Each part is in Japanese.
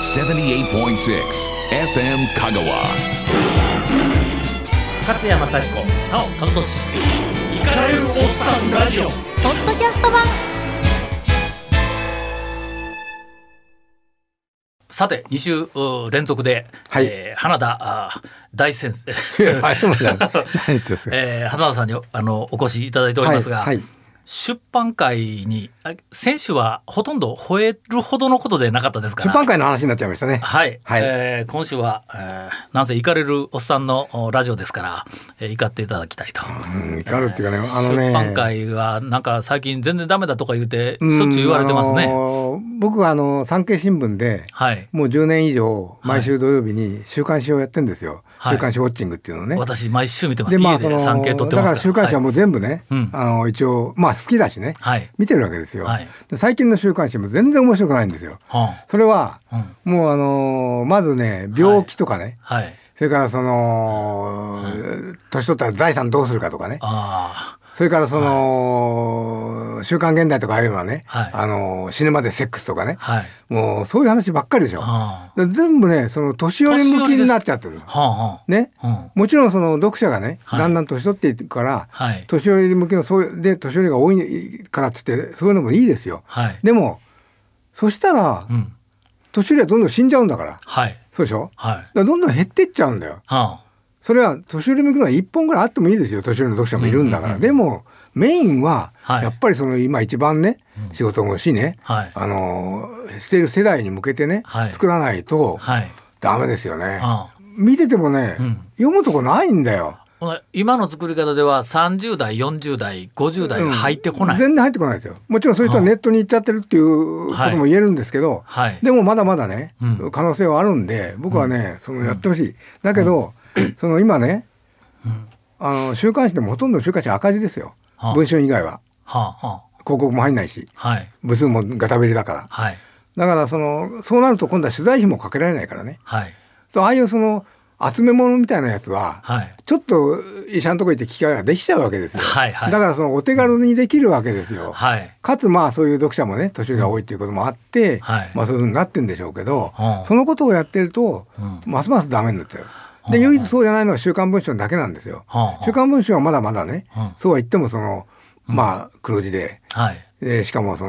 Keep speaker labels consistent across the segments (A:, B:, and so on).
A: 78.6 FM Kagawa.
B: 勝山幸子
C: なお和俊イカれるおっさんラジオ
D: ポッドキャスト版
C: さて2週うー連続で、
E: はい
C: えー花田あー大先生、
E: 大丈夫だよ何言ってんですか。
C: えー花田さんにあのお越しいただいておりますが、
E: はいはい
C: 出版会にあ選手はほとんど吠えるほどのことでなかったですか
E: 出
C: ら
E: 版会の話になっちゃいましたね。
C: はい、
E: はい
C: えー今週は、えーなんせ怒れるおっさんのおラジオですから、えー怒っていただきたいと。
E: うん、怒るっていうかね、あのね。
C: 出版会はなんか最近全然ダメだとか言うてしょっちゅう言われてますね。
E: うんあのー僕はあの産経新聞で
C: はい、
E: もう10年以上毎週土曜日に週刊誌をやってんですよ。
C: はい
E: 週刊誌ウォッチングっていうのをね。
C: 私毎週見てます。家で産経取って
E: だ
C: ま
E: から
C: す
E: 週刊誌は
C: は
E: もう全部ね、
C: うん
E: あの一応まあ好きだしね、
C: はい
E: 見てるわけですよ、
C: はい
E: で最近の週刊誌も全然面白くないんですよ。
C: は
E: それは、
C: あ
E: もうあのーまずね病気とかね、
C: はい、はい、
E: それからその、年取ったら財産どうするかとかね。
C: あ
E: それからその、週刊現代とかああいうのはね、
C: はい
E: あの、死ぬまでセックスとかね
C: あ、はい
E: もうそういう話ばっかりでしょ。
C: あ
E: で全部ね、その年寄り向きになっちゃってるの
C: あ。はあは
E: ね。
C: あうん
E: もちろんその読者がね、
C: はい
E: だんだん年取っていくから、
C: はい
E: 年寄り向きの、そういうで、年寄りが多いからってって、そういうのもいいですよ。
C: はい
E: でも、そしたら、
C: うん
E: 年寄りはどんどん死んじゃうんだから。
C: はい
E: そうでしょ
C: はいは
E: だからどんどん減ってっちゃうんだよ。
C: あ
E: それは年寄り向くのは一本ぐらいあってもいいですよ年寄りの読者もいるんだから、でもメインは
C: はい
E: やっぱりその今一番ね、仕事もしね、
C: はい
E: あのーしている世代に向けてね、
C: はい
E: 作らないと
C: はい
E: ダメですよね、
C: ああ
E: 見ててもね、
C: うん
E: 読むとこないんだよ
C: ほな今の作り方では30代40代50代
E: うん
C: 入ってこない、
E: 全然入ってこないですよもちろんそういう人はネットに行っちゃってるっていうこ
C: はい
E: とも言えるんですけど、
C: はい
E: でもまだまだね、
C: うん
E: 可能性はあるんで僕はね、そのやってほしい、だけど、その今ね、あの週刊誌でもほとんど週刊誌赤字ですよ、
C: はあ
E: 文春以外は
C: はあは
E: 広告も入んないし
C: あはい
E: 部数もガタベリだから
C: はい
E: だからそのそうなると今度は取材費もかけられないからね
C: はい
E: そうああいうその集め物みたいなやつは、
C: はい
E: ちょっと医者のとこ行って機会ができちゃうわけですよ、
C: はいはい
E: だからそのお手軽にできるわけですよ、
C: はい
E: かつまあそういう読者もね年寄りが多いっていうこともあって、
C: はい
E: まあそういうふうになってんでしょうけど、
C: うん
E: そのことをやってると、
C: うん
E: ますますダメになっちゃう。で唯一そうじゃないのは「週刊文春」だけなんですよ。
C: はあ
E: 週刊文春はまだまだね、
C: うん
E: そうは言ってもそのまあ黒字で
C: はい
E: でしかもそ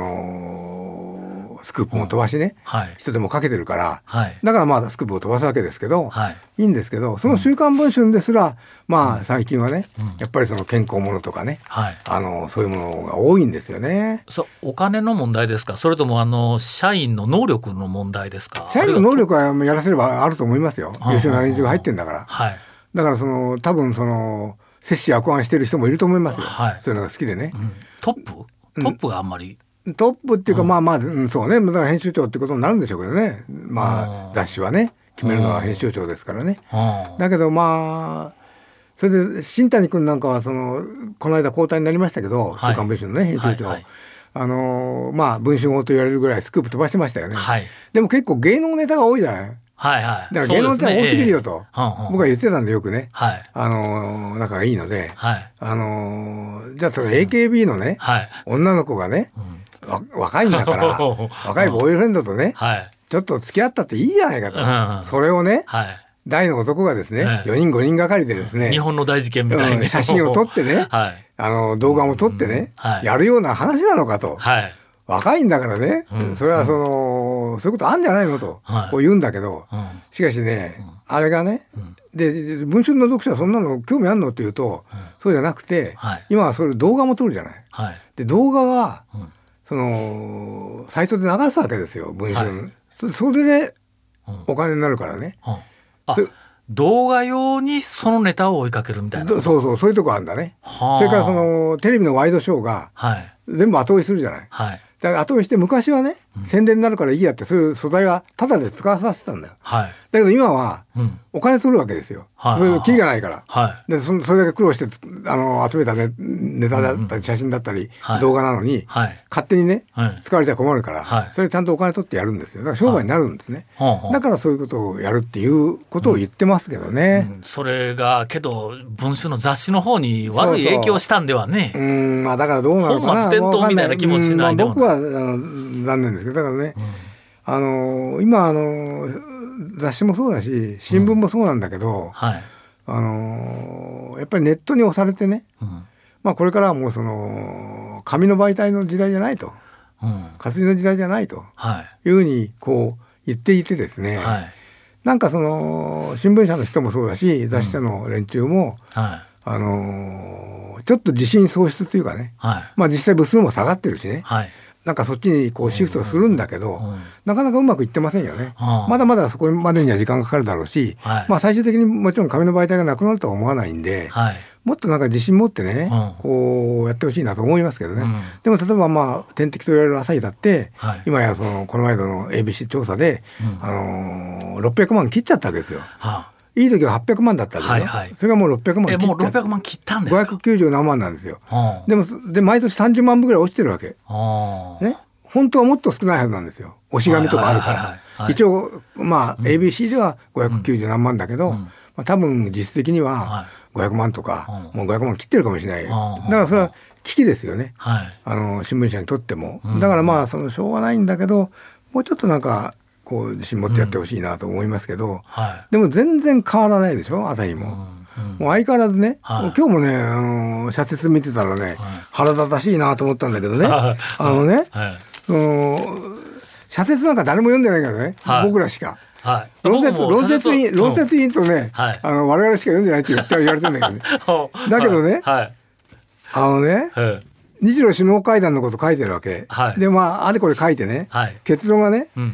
E: のスクープも飛ばしね、
C: はい
E: 人でもかけてるから、
C: はい
E: だからまあスクープを飛ばすわけですけど、
C: はい
E: い、いんですけどその「週刊文春」ですら、まあ最近はね、やっぱりその健康ものとかね、
C: はい
E: あのそういうものが多いんですよね。
C: そうお金の問題ですかそれともあの社員の能力の問題ですか
E: 社員の能力はやらせればあると思いますよ
C: あ
E: 優秀な連中が入ってんだから
C: はい
E: だからその多分その摂氏悪腕してる人もいると思いますよ、
C: はい
E: そういうのが好きでね、
C: トップトップがあんまり、
E: トップっていうかまあまあ、うんそうねだから編集長ってことになるんでしょうけどねまあ雑誌はね決めるのは編集長ですからね
C: うん
E: だけどまあそれで新谷君なんかはそのこの間交代になりましたけど「
C: はい
E: 週刊文春」のね編集長、
C: はいはい
E: あのーまあ文春法と言われるぐらいスクープ飛ばしてましたよね、
C: はい
E: でも結構芸能ネタが多いじゃない
C: はいはい。
E: だから芸能って多すぎるよと、僕は
C: は
E: 言ってたんでよくね、
C: はい
E: あのー仲がいいので、
C: はい
E: あのーじゃあその AKB のね、
C: はい
E: 女の子がね、わ若いんだから 若いボーイフレンドとね、
C: はい
E: ちょっと付き合ったっていいじゃないかと、
C: うん
E: それをね
C: は
E: 大の男がですね、
C: ええ
E: 4人5人がかりでです
C: い。
E: ね
C: 日本の大事件みたい
E: うん
C: に
E: 写真を撮ってね
C: はい
E: あの動画も撮ってね、
C: うんはい
E: やるような話なのかと、
C: はい
E: 若いんだからね、
C: うん
E: それはその、そういうことあんじゃないのと、
C: はい
E: こう言うんだけど、
C: うん
E: しかしね、あれがね、ででで文春の読者はそんなの興味あんのって言うと、そうじゃなくて、
C: はい
E: 今はそれ動画も撮るじゃない。
C: はい
E: で動画は、
C: うん
E: そのサイトで流すわけですよ文春、
C: は
E: そそれで
C: うん
E: お金になるからね。
C: うんあ
E: それ
C: 動画用にそのネタを追いかけるみたいな。
E: どそうそうそういうとこあるんだね。
C: はあ
E: それからそのテレビのワイドショーが
C: はい
E: 全部後追いするじゃない。
C: はい
E: だから後追いして昔はね、宣伝になるからいいやってそういう素材はタダで使わさせてたんだよ。
C: はい
E: だけど今は
C: うん
E: お金取るわけですよ。
C: はい
E: そういうキリがないから。
C: はい
E: でそそれだけ苦労してつあの集めた、ね、ネタだったり写真だったり、
C: はい
E: 動画なのに、
C: はい
E: 勝手にね、
C: はい
E: 使われちゃ困るから、
C: はい
E: それちゃんとお金取ってやるんですよだから商売になるんですね、
C: ほうほう
E: だからそういうことをやるっていうことを言ってますけどね、うん
C: それがけど文春の雑誌の方に悪い影響したんではね。
E: まあだからどうなのか
C: 本
E: な
C: 末転倒みたいな気もしない
E: うん
C: で
E: まあ
C: もない
E: 僕はあの残念ですけどだからね、ああの今あの雑誌もそうだし新聞もそうなんだけど、
C: はい。
E: あのやっぱりネットに押されてね、
C: うん。
E: まあ、これからはもうその紙の媒体の時代じゃないと
C: うん。
E: 活字の時代じゃないと
C: はい。
E: いうふうにこう言っていてですね、
C: はい。
E: なんかその新聞社の人もそうだし雑誌社の連中も、
C: はい。
E: あのちょっと自信喪失というかね
C: はい。
E: まあ実際部数も下がってるしね
C: はい。
E: なんかそっちにこうシフトするんだけ
C: う
E: ど、
C: ん
E: なかなかうまくいってませんよね。
C: ああ
E: まだまだそこまでには時間がかかるだろうし、
C: はい
E: まあ最終的にもちろん紙の媒体がなくなるとは思わないんで、
C: はい。
E: もっとなんか自信持ってね、
C: うん
E: こうやってほしいなと思いますけどね。
C: うん
E: でも例えばまあ天敵と言われる朝日だって、
C: はい
E: 今やそのこの間の ABC 調査で、
C: うん
E: あのー600万切っちゃったわけですよ。
C: はい
E: い時は800万だったわけですよ、
C: はいはい
E: それがもう600万切
C: え、
E: っち
C: も
E: ゃ
C: う
E: った
C: 600万切ったんですか
E: 590何万なんですよ。
C: うん
E: でもで毎年30万部ぐらい落ちてるわけ。
C: うん
E: ね、本当はもっと少ないはずなんですよ押し紙とかある
C: はいはい
E: か
C: はいは
E: ら
C: い
E: 一応まあ ABC では590何万だけど、
C: うん
E: まあ、多分実質的に
C: は
E: は500万とか、
C: うん
E: もう500万切ってるかもしれない、
C: うん
E: だからそれは危機ですよね
C: はい。
E: あの新聞社にとっても、
C: うん
E: だからまあそのしょうがないんだけどもうちょっとなんかこう自信持ってやってほしいなと思いますけど、
C: は
E: でも全然変わらないでしょ朝日も。
C: い。うんうん
E: もう相変わらずね、
C: はい
E: 今日もね、あのー社説見てたらね、腹立たしいなと思ったんだけどね、
C: はい
E: あのね、
C: はい。
E: その社説なんか誰も読んでないからね、
C: はい
E: 僕らしか。
C: はい。
E: 論説
C: 僕も
E: 論説委員
C: それと
E: 論説委員とね、
C: はい
E: あの我々しか読んでないって言って言われてんだけどね
C: うん
E: だけどね
C: はい。
E: あのね
C: はいはい
E: 日露首脳会談のこと書いてるわけ、
C: はい
E: でまああれこれ書いてね、
C: はい
E: 結論がね
C: うん。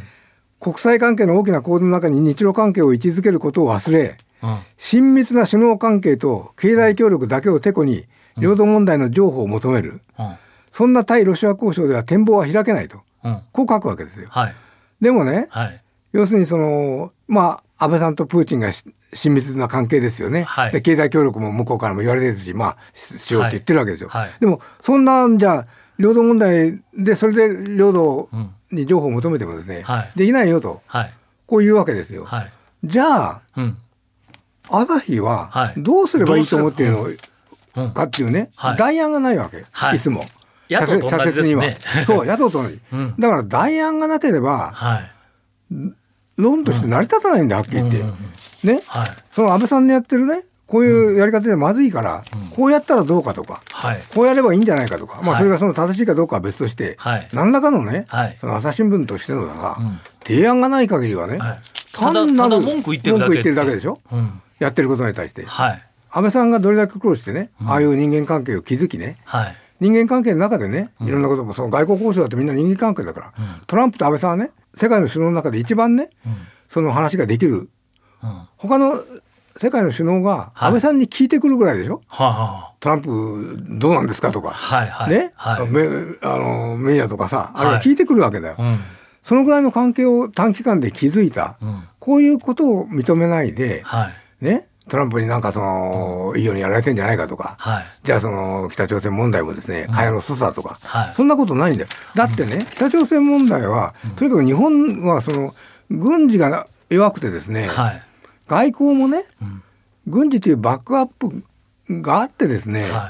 E: 国際関係の大きな行動の中に日露関係を位置づけることを忘れ
C: うん。
E: 親密な首脳関係と経済協力だけをてこに領土問題の譲歩を求める、
C: うん。
E: そんな対ロシア交渉では展望は開けないと
C: うん。
E: こう書くわけですよ。
C: はい。
E: でもね
C: はい。
E: 要するにそのまあ安倍さんとプーチンがし親密な関係ですよね、
C: はい
E: で経済協力も向こうからも言われてるしまあししようって言ってるわけですよ。
C: はいはい
E: でもそんなんじゃ領土問題でそれで領土
C: うん。
E: に情報を求めてもですね、
C: はい
E: できないよと
C: はい。
E: こういうわけですよ。
C: はい。
E: じゃあ
C: うん。
E: 朝日
C: は
E: はいどうすればいいと思っているの
C: うん。
E: かっていうね、
C: はい
E: 代案がないわけ、
C: はい
E: い、つも。
C: 野党と同じですね
E: 社 説にはそう野党と同じ、
C: うん
E: だから代案がなければ
C: はい。
E: 論として成り立たないんだ、はっきり言って、
C: うんうん
E: ね
C: はい。
E: その安倍さんのやってるねこういうやり方でまずいから、こうやったらどうかとか
C: はい。
E: こうやればいいんじゃないかとか、ま
C: は
E: あ、
C: い
E: それがその正しいかどうかは別として、
C: はい
E: 何らかのね、
C: はい
E: その朝日新聞としてのさ、
C: うん
E: 提案がない限りはね、
C: はいた
E: 単
C: だ
E: な
C: ただ
E: る
C: 文句言ってるだけ
E: 文句言ってるだけでしょ
C: うん。
E: やってることに対して
C: はい。
E: 安倍さんがどれだけ苦労してね、ああいう人間関係を築きね、
C: はい。
E: 人間関係の中でねいろんなこともその外交交渉だってみんな人間関係だから、トランプと安倍さんはね世界の首脳の中で一番ね
C: うん。
E: その話ができる
C: うん。は
E: 他の世界の首脳が
C: はい
E: 安倍さんに聞いてくるぐらいでしょ、
C: あは
E: トランプどうなんですかとか、
C: あ。はいはい。
E: ね、
C: はい。
E: めあのメディアとかさあれ
C: はい
E: は聞いてくるわけだよ、
C: うん。
E: そのぐらいの関係を短期間で築いた、
C: うん。
E: こういうことを認めないで、
C: はい。
E: ねトランプになんかその、いいようにやられてんじゃないかとか、
C: はい。
E: じゃあその北朝鮮問題もですね、蚊帳の粗さとか、
C: はい
E: そんなことないんだよ。だってね、北朝鮮問題は、とにかく日本はその軍事が弱くてですね、
C: はい。
E: 外交もね、
C: ん
E: 軍事というバックアップがあってですね、
C: はい。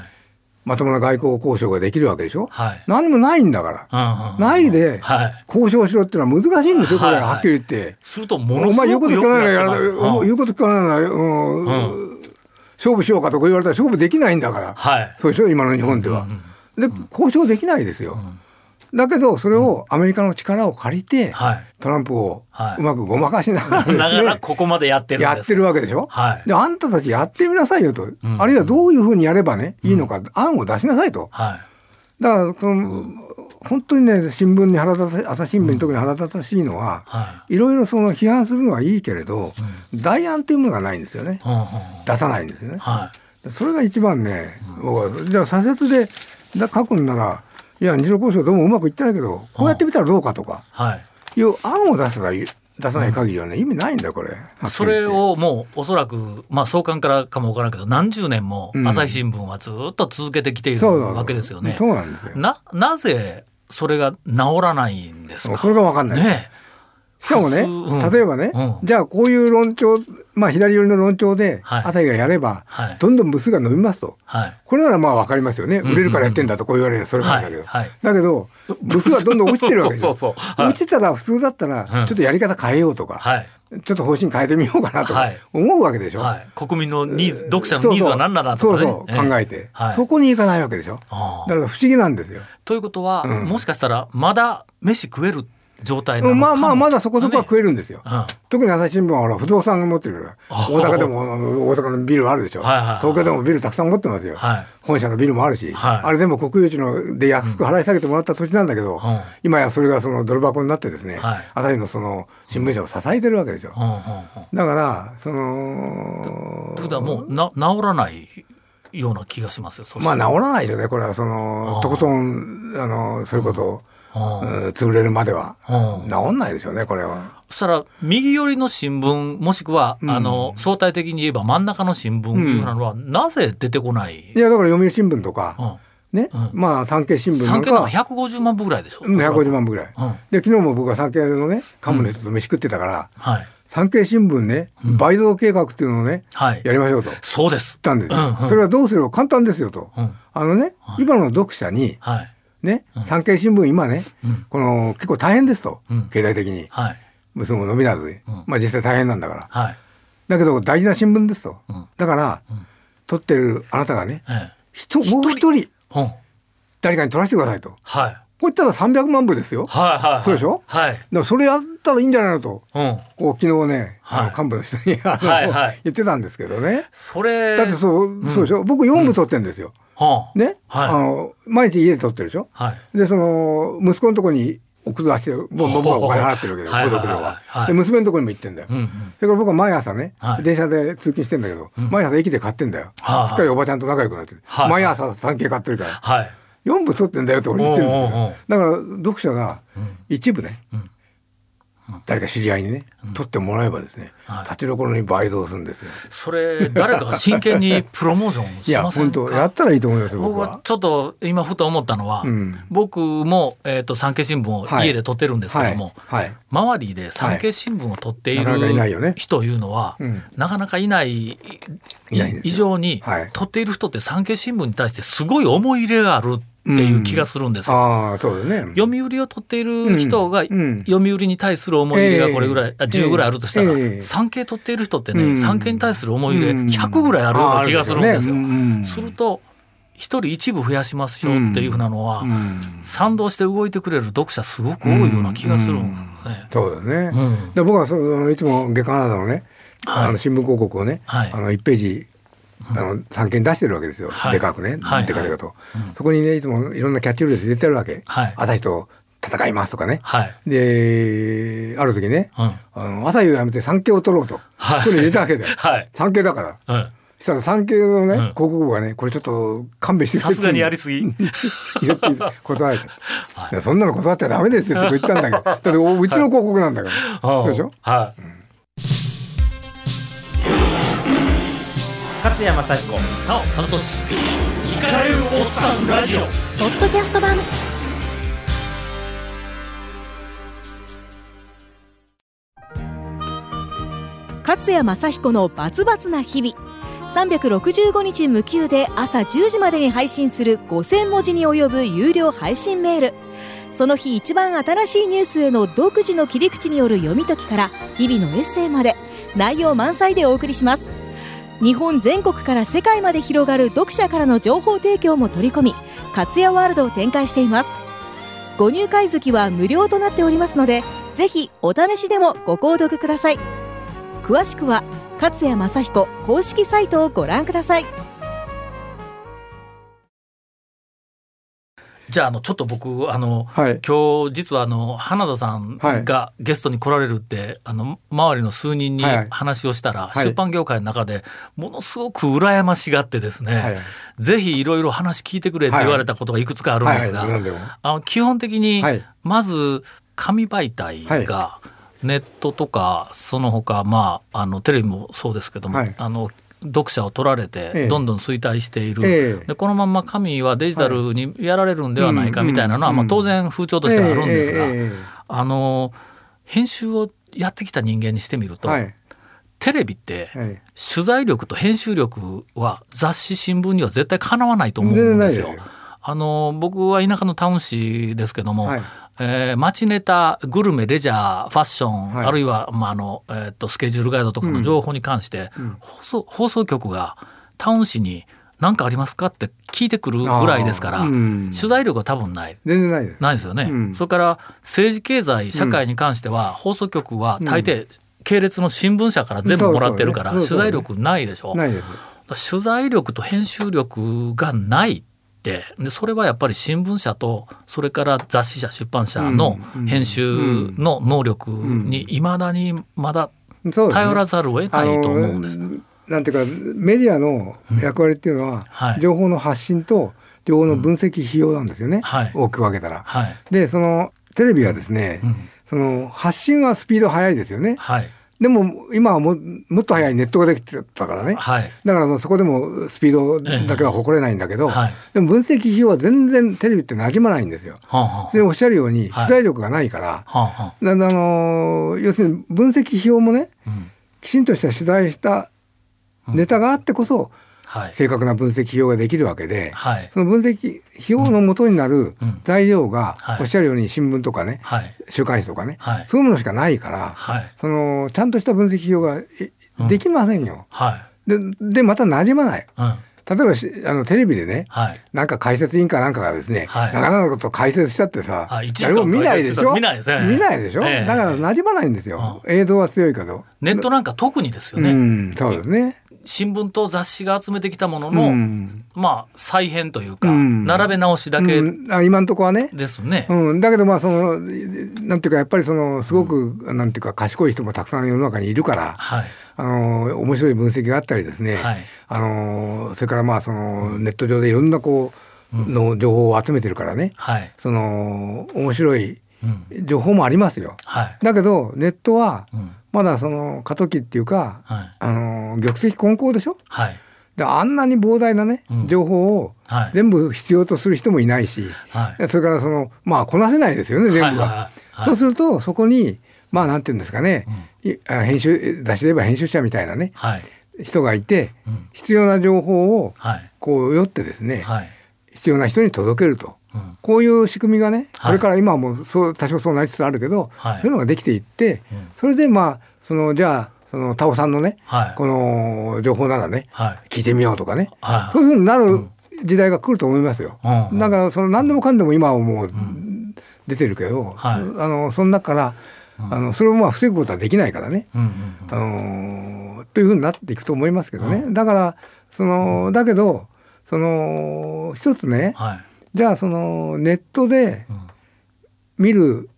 E: まともな外交交渉ができるわけでしょ。
C: はい。
E: 何もないんだか
C: う
E: ら、
C: んうん。
E: ないで
C: はい。
E: 交渉しろっていうのは難しいんですよ、これ、
C: はいはい
E: はっきり言って。
C: するともの
E: お
C: すご
E: 前
C: く
E: 言うこと聞かないなら
C: よ
E: やら
C: くなってます
E: お前言うこと聞かないなら、うん勝負しようかとか言われたら勝負できないんだから。
C: はい。
E: そうでしょ今の日本では。で交渉できないですよ。だけどそれをアメリカの力を借りて、
C: はい。
E: トランプを
C: はいう
E: まくごまかしながらです ね、
C: ながらここまでやってるんです。
E: やってるわけでしょ。
C: はい
E: であんたたちやってみなさいよと、
C: ん
E: あるいはどういうふうにやればねいいのか、案を出しなさいと。
C: はい。
E: だからその、本当にね新聞に腹立た朝日新聞に特に腹立たしいのは、
C: はい
E: ろいろその批判するのはいいけれど、代案というものがないんですよね
C: い。。うんうん。
E: 出さないんですよね。
C: は
E: それが一番ね、僕はじゃあ左折でだ書くんならいや二次交渉どうもうまくいってないけどこうやってみたらどうかとか
C: い。はい。
E: いう案を出せばい出さない限りはね意味ないんだよこれ。
C: それ
E: はっ
C: をもうおそらく、まあ、創刊からかもわからんけど何十年も
E: うん
C: 朝日新聞はずっと続けてきてい
E: きり言っ
C: る
E: てそうそうそう
C: わけですよね。
E: そうなんですよ。
C: ななぜそれが治らないんです
E: そう
C: か
E: これがわかんない。
C: ねえ
E: しかもね、
C: 普通うん
E: 例えばね、
C: うん
E: じゃあこういう論調まあ、左寄りの論調で、
C: はい
E: 朝日がやれば、
C: はい
E: どんどん部数が伸びますと。
C: はい。
E: これならまあわかりますよね。
C: んうん
E: 売れるからやってんだとこう言われるそれまでだけど。
C: はいはい
E: だけど、部数はどんどん落ちてるわけです
C: そうそうそうそうはい
E: 落ちたら普通だった
C: う
E: ら
C: ん、
E: ちょっとやり方変えようとか、
C: はい。
E: ちょっと方針変えてみようかなと
C: は
E: か
C: い
E: 思うわけでしょ。
C: はい。国民のニーズ、読者のニーズは何ならと
E: そ
C: か
E: う
C: ね。
E: そうそう考えて、
C: はい
E: そこに行かないわけでしょ。
C: あー
E: だから不思議なんですよ。
C: ということは、
E: うん
C: もしかしたらまだ飯食える状態なのかも
E: まあまあまだそこそこは食えるんですよ。
C: うん
E: 特に朝日新聞はほら不動産が持ってるから
C: あ
E: 大阪でもあの大阪のビルあるでしょ、
C: はいはいはい
E: 東京でもビルたくさん持ってますよ、
C: はい
E: 本社のビルもあるし、
C: はい
E: あれでも国有地ので安く払い下げてもらった土地なんだけど、
C: ん
E: 今やそれがそのドル箱になってですね、
C: はい
E: 朝日のその新聞社を支えてるわけでしょ、
C: うんうんうん。
E: だからそ
C: ということは
E: の
C: もうな治らないような気がしますよ。そした
E: まあ
C: ら
E: 治らないよねこれはそ
C: あ
E: の
C: あ
E: とことんあのそういうことを、
C: うん
E: うん潰れるまでは、
C: うん
E: 治んないでしょうねこれは。
C: そしたら右寄りの新聞もしくは、あの相対的に言えば真ん中の新聞いうふうなのは、なぜ出てこない、
E: いやだから読売新聞とか、ね、
C: うん
E: まあ産経新
C: うん、
E: 聞な
C: 産
E: ん
C: 経
E: か
C: なんか
E: は
C: 150万部ぐらいでしょ。
E: うん150万部ぐらい。
C: うん
E: で昨日も僕は産経のね幹部の人と飯食ってたから、
C: はい
E: 産経新聞ね、倍増計画っていうのをね、
C: はい
E: やりましょうと言っ
C: そうです。
E: たんですよ、
C: うんうん
E: それはどうすれば簡単ですよと、
C: うん
E: あのね、今の読者に
C: はい
E: ね、産経新聞今ね、この結構大変ですと、
C: うん
E: 経済的に
C: はい
E: 結ぶのみならずで、
C: ん
E: まあ実際大変なんだから
C: はい。
E: だけど大事な新聞ですと、
C: うん
E: だから、取ってるあなたがね
C: え
E: 人もう一人
C: え、うんはい
E: 誰かに取らせてくださいと
C: はい
E: こういったら300万部ですよ、
C: はいはい。
E: そうでしょ
C: はい。
E: だからそれやったらいいんじゃないのと
C: うん。
E: こう昨日ね、
C: はい
E: あの幹部の人にあの、
C: はいはい
E: 言ってたんですけどね。
C: それ
E: だって
C: う。
E: そう、そうでしょ僕4部撮ってるんですよ。
C: はあ、
E: ね、
C: はい
E: あの毎日家で撮ってるでしょ
C: はい。
E: でその息子のとこに送らせて僕僕はお金払ってるわけで
C: はい
E: 孤独料
C: はい
E: は
C: はいはい。
E: で娘のとこにも行ってんだよ。
C: うんうん。
E: それから僕は毎朝ね、
C: はい
E: 電車で通勤してんだけど、毎朝駅で買ってんだよ、
C: はいはい
E: すっかりおばちゃんと仲良くなってる、
C: はい
E: 毎朝産経買ってるから、
C: はい。
E: 4部撮ってんだよって俺言ってるんですよ
C: おうおうおう
E: だから読者が一部ね、誰か知り合いにね、撮ってもらえばですね、
C: はい
E: 立ちどころに倍増するんですよ
C: それ誰かが真剣にプロモーション
E: い
C: し
E: や
C: ません
E: 本
C: か。
E: 当やったらいいと思いますよ僕
C: 僕
E: は
C: は。ちょっと今ふと思ったのは、
E: うん
C: 僕も、えー、と産経新聞を
E: はい
C: 家で撮ってるんですけども、
E: はいはい
C: 周りで産経新聞を撮ってい
E: はいなかなかいないよ
C: る
E: ね
C: 人というのは、
E: うん
C: なかなかいない,、
E: いないんですよ
C: 以上に、
E: はい
C: 撮っている人って産経新聞に対してすごい思い入れがあるっていう気がするんですよ。
E: ああそうだね。
C: 読売を取っている人が、
E: うんうん
C: 読売に対する思い入れがこれぐらい、あ
E: ええ
C: 10ぐらいあるとしたら、
E: ええ
C: 産経取っている人ってね、
E: うん
C: 産経に対する思い入れ
E: うん
C: 100ぐらいあるような気がするんですよ。
E: ああるでしょうねうん
C: すると一人一部増やしましょうっていうふうなのは、
E: ん
C: 賛同して動いてくれる読者すごく多いような気がするんだよね。
E: そうだね。
C: うん
E: で僕はそのいつも月刊アナのね、
C: はい
E: あの新聞広告をね、
C: はい
E: あの一ページあの三件出してるわけですよ。
C: はい
E: でかくね、
C: はい
E: でかでかと、そこにねいつもいろんなキャッチフレーズ入れてるわけ。
C: はい
E: 朝日と戦いますとかね。
C: はい。
E: である時ね、
C: うん
E: あの朝日をやめて産経を取ろうと、
C: はい
E: それ入れたわけで、
C: はい
E: 産経だから。
C: うん
E: そしたら産経のね、
C: うん
E: 広告部がねこれちょっと勘弁してくれ
C: さすがにやり
E: す
C: す ぎ。
E: 言って断られちゃった、
C: はい
E: いやそんなの断っちゃダメですよとか言った んだけどだっておうちの広告なんだから、そうでしょ
C: はい。
B: 勝谷正彦
C: なお、田中氏。イカれるおっさんラジオ。
D: ポッドキャスト版勝谷正彦のバツバツな日々365日無休で朝10時までに配信する5000文字に及ぶ有料配信メールその日一番新しいニュースへの独自の切り口による読み解きから日々のエッセイまで内容満載でお送りします日本全国から世界まで広がる読者からの情報提供も取り込み活ツヤワールドを展開していますご入会月は無料となっておりますのでぜひお試しでもご購読ください詳しくは勝谷正彦公式サイトをご覧ください
C: じゃあ、あの、ちょっと僕、あの、
E: はい
C: 今日実はあの花田さん
E: はい
C: がゲストに来られるって、あの周りの数人に
E: はいはい
C: 話をしたら、
E: はい
C: 出版業界の中でものすごく羨ましがってですね、
E: はいはい
C: ぜひいろいろ話聞いてくれって言われたことがいくつかあるんですが、
E: はいはいはい何でも
C: あの基本的に
E: はい
C: まず紙媒体がネットとかその他まああのテレビもそうですけども、
E: はい
C: あの読者を取られ
E: え
C: て
E: え
C: どんどん衰退している、
E: ええ
C: でこのまんま紙はデジタルにやられるんではないかみたいなのは、
E: うん
C: まあ、当然風潮としてはあるんですが、
E: ええええええ
C: あの編集をやってきた人間にしてみると、
E: はい
C: テレビって
E: はい
C: 取材力と編集力は雑誌新聞には絶対かなわないと思うんですよ
E: 全然ないですよ。
C: あの僕は田舎のタウン市ですけども、
E: はい
C: えー街ネタグルメレジャーファッション、
E: はい
C: あるいは、まああのえーっとスケジュールガイドとかの情報に関して、放送放送局がタウン市に何かありますかって聞いてくるぐらいですから、
E: あーうん
C: 取材力は多分ない
E: 全然ないです。
C: ないですよね、
E: うん
C: それから政治経済社会に関しては、放送局は大抵、系列の新聞社から全部もらってるから、
E: そうそう
C: 取
E: ね
C: 材力ないでしょ、
E: ないです。
C: 取材力と編集力がないってでそれはやっぱり新聞社とそれから雑誌社出版社の
E: うん
C: 編集の能力にいまだにまだ
E: そうですね
C: 頼らざるを得ないと思うんです。
E: あのなんていうかメディアの役割っていうのは、
C: はい
E: 情報の発信と情報の分析費用なんですよね、
C: はい
E: 大きく分けたら。
C: はい、
E: でそのテレビはですね、
C: うん
E: その発信はスピード速いですよね。
C: はい、
E: でも今はももっと速いネットができてたからね。
C: はい、
E: だからもうそこでもスピードだけは誇れないんだけ
C: え
E: ど、
C: えはい
E: でも分析費用は全然テレビって馴染まないんですよ。
C: はんはん
E: でおっしゃるように
C: はい
E: 取材力がないから、
C: はんはん
E: なんであのー要するに分析費用もね
C: うん
E: きちんとした取材したネタがあってこそ
C: はい、
E: 正確な分析費用ができるわけで、
C: はい、
E: その分析費用の元になる
C: うん
E: 材料が
C: はい
E: おっしゃるように新聞とかね
C: はい、
E: 週刊誌とかね、
C: はい
E: そういうものしかないから、
C: はい、
E: そのちゃんとした分析費用がいできませんよ。
C: はい、
E: ででまた馴染まない。
C: うん、
E: 例えばしあのテレビでね
C: はい。
E: なんか解説委員かなんかがですね、
C: はい
E: なかなかこと解説したってさ、
C: あ一時間
E: 誰も見ないでしょ
C: 解説したら見ないですね
E: 見ないでしょ、
C: ええ
E: だから馴染まないんですよ、映像は強いけど、
C: ネットなんか特にですよ
E: う
C: ね、
E: んそうですね
C: 新聞と雑誌が集めてきたもの
E: う
C: の、
E: ん
C: まあ再編というか、
E: うん
C: 並べ直しだけ
E: うんあ今んとこはね、
C: ですね。
E: うん、だけどまあそのなんていうかやっぱりそのすごく、なんていうか賢い人もたくさん世の中にいるから
C: はい
E: あの面白い分析があったりですね、
C: はい
E: あのそれからまあそのネット上でいろんなこうの情報を集めてるからね、
C: はい、
E: その面白い
C: うん、
E: 情報もありますよ。
C: はい、
E: だけどネットは
C: うん、
E: まだその過渡期っていうか、
C: はい、
E: あの玉石混交でしょ
C: はい、
E: であんなに膨大なね、
C: うん
E: 情報を
C: はい
E: 全部必要とする人もいないし、
C: はい、
E: それからそのまあこなせないですよね全部は。
C: はいはいはい
E: そうするとそこにまあなんていうんですかね、いあ編集出しで言えば編集者みたいなね
C: はい、
E: 人がいて、
C: うん
E: 必要な情報を
C: はい、
E: こうよってですね、
C: はい、
E: 必要な人に届けると。
C: うん、
E: こういう仕組みがね、
C: はい
E: これから今はもうそう多少そうなりつつあるけど、
C: はい
E: そういうのができていって、
C: うん
E: それでまあそのじゃあその田尾さんのね、
C: はい、
E: この情報ならね
C: はい、
E: 聞いてみようとかね、
C: はい
E: そういうふうになる時代が来ると思いますよ。
C: うんうん
E: だからその何でもかんでも今はもう出てるけど、
C: はい
E: あのその中から、あのそれをまあ防ぐことはできないからね、
C: うん、うん、
E: あのーというふうになっていくと思いますけどね。だからそのだけどその一つね、
C: はい、
E: じゃあそのネットで
C: ん
E: 見る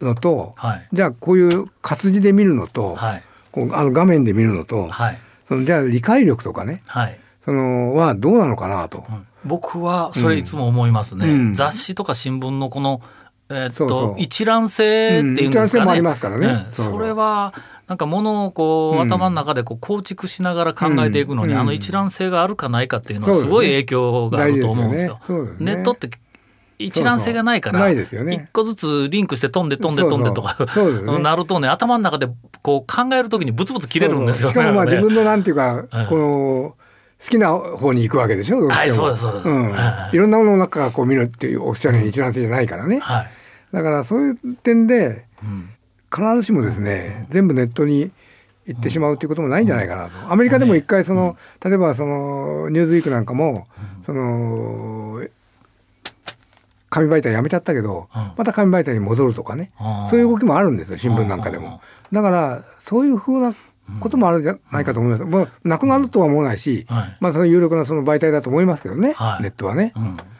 C: うん、
E: のと、
C: はい、
E: じゃあこういう活字で見るのと、
C: はい、
E: こうあの画面で見るのと、
C: はい、
E: そのじゃあ理解力とかね
C: はい。
E: そのはどうなのかなと。
C: 僕はそれいつも思いますね、
E: うんうん
C: 雑誌とか新聞のこの、えーっと
E: そうそう
C: 一覧性っていうんですかね,、
E: うん一覧性もありますからね
C: え
E: そうそう
C: それはなんかものをこう、
E: うん
C: 頭の中でこう構築しながら考えていくのに、
E: うん
C: あの一覧性があるかないかっていうのはす
E: そうですね
C: ごい影響があると思うんですよ。
E: 大事ですよねそうですね
C: ネットって一覧性がないから
E: そうそうないですよね
C: 一個ずつリンクして飛んで飛んで飛んでとか
E: そうそうそうです ね
C: なるとね頭の中でこう考えるときにブツブツ切れるんですよね。
E: そうそうしかもまあ
C: あれ
E: 自
C: ね
E: 分のなんていうか、この好きな方に行くわけでしょどうし
C: はい
E: ても。
C: そうですそうです
E: ん
C: はい
E: いろんなものの中からこう見るっていうおっしゃるように一覧性じゃないからね。
C: はい
E: だからそういう点で
C: うん
E: 必ずしもですね、全部ネットに行ってしまうということもないんじゃないかなと、アメリカでも一回その、例えばその「ニューズウィーク」なんかも、その紙媒体やめちゃったけど、
C: うん
E: また紙媒体に戻るとかね、
C: あー
E: そういう動きもあるんですよ新聞なんかでも、だからそういうふうなこともあるんじゃないかと思います、もうなくなるとは思わないし、
C: はい
E: まあその有力なその媒体だと思いますけどね、
C: はい
E: ネットはね。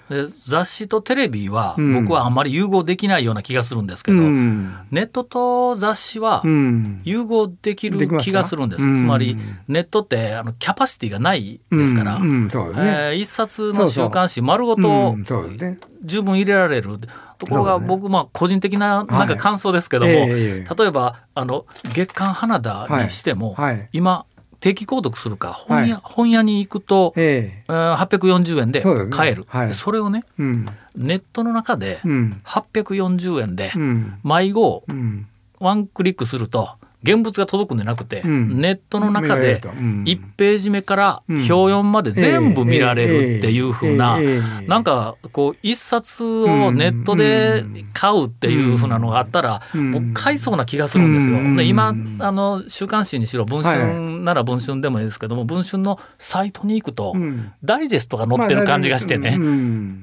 C: で雑誌とテレビは
E: うん
C: 僕はあんまり融合できないような気がするんですけど、
E: うん
C: ネットと雑誌は
E: うん
C: 融合でき
E: で
C: る
E: きますか
C: 気がするんです
E: うん
C: つまりネットってあのキャパシティがないですから、
E: うんうんそうですね
C: えー一冊の週刊誌丸ごと
E: うんそうですね
C: 十分入れられるところが
E: そうだね
C: 僕まあ個人的ななんか感想ですけども、
E: はいええええ
C: 例えばあの月刊花田にしても、
E: はいはい
C: 今定期購読するか本屋,、
E: は
C: 本屋に行くと、え
E: ええ
C: ー840円で
E: そうだね
C: 買えるそ,、
E: はい
C: れをね
E: うん
C: ネットの中で
E: うん
C: 840円で
E: うん
C: 毎号
E: うん
C: ワンクリックすると現物が届くんじゃなくて、
E: うん
C: ネットの中
E: 見られる
C: で
E: とうん
C: 1ページ目から
E: うん
C: 表4まで全部見られるっていう風な、なん
E: か
C: かこう一冊をネットで買うっていう風なのがあったら、
E: うん
C: 僕買いそうな気がするんですよ。
E: うん
C: で今
E: うん
C: あの週刊誌にしろ文春なら文春でもいいですけども、文春のサイトに行くと、ダイジェストが載ってる感じがしてね。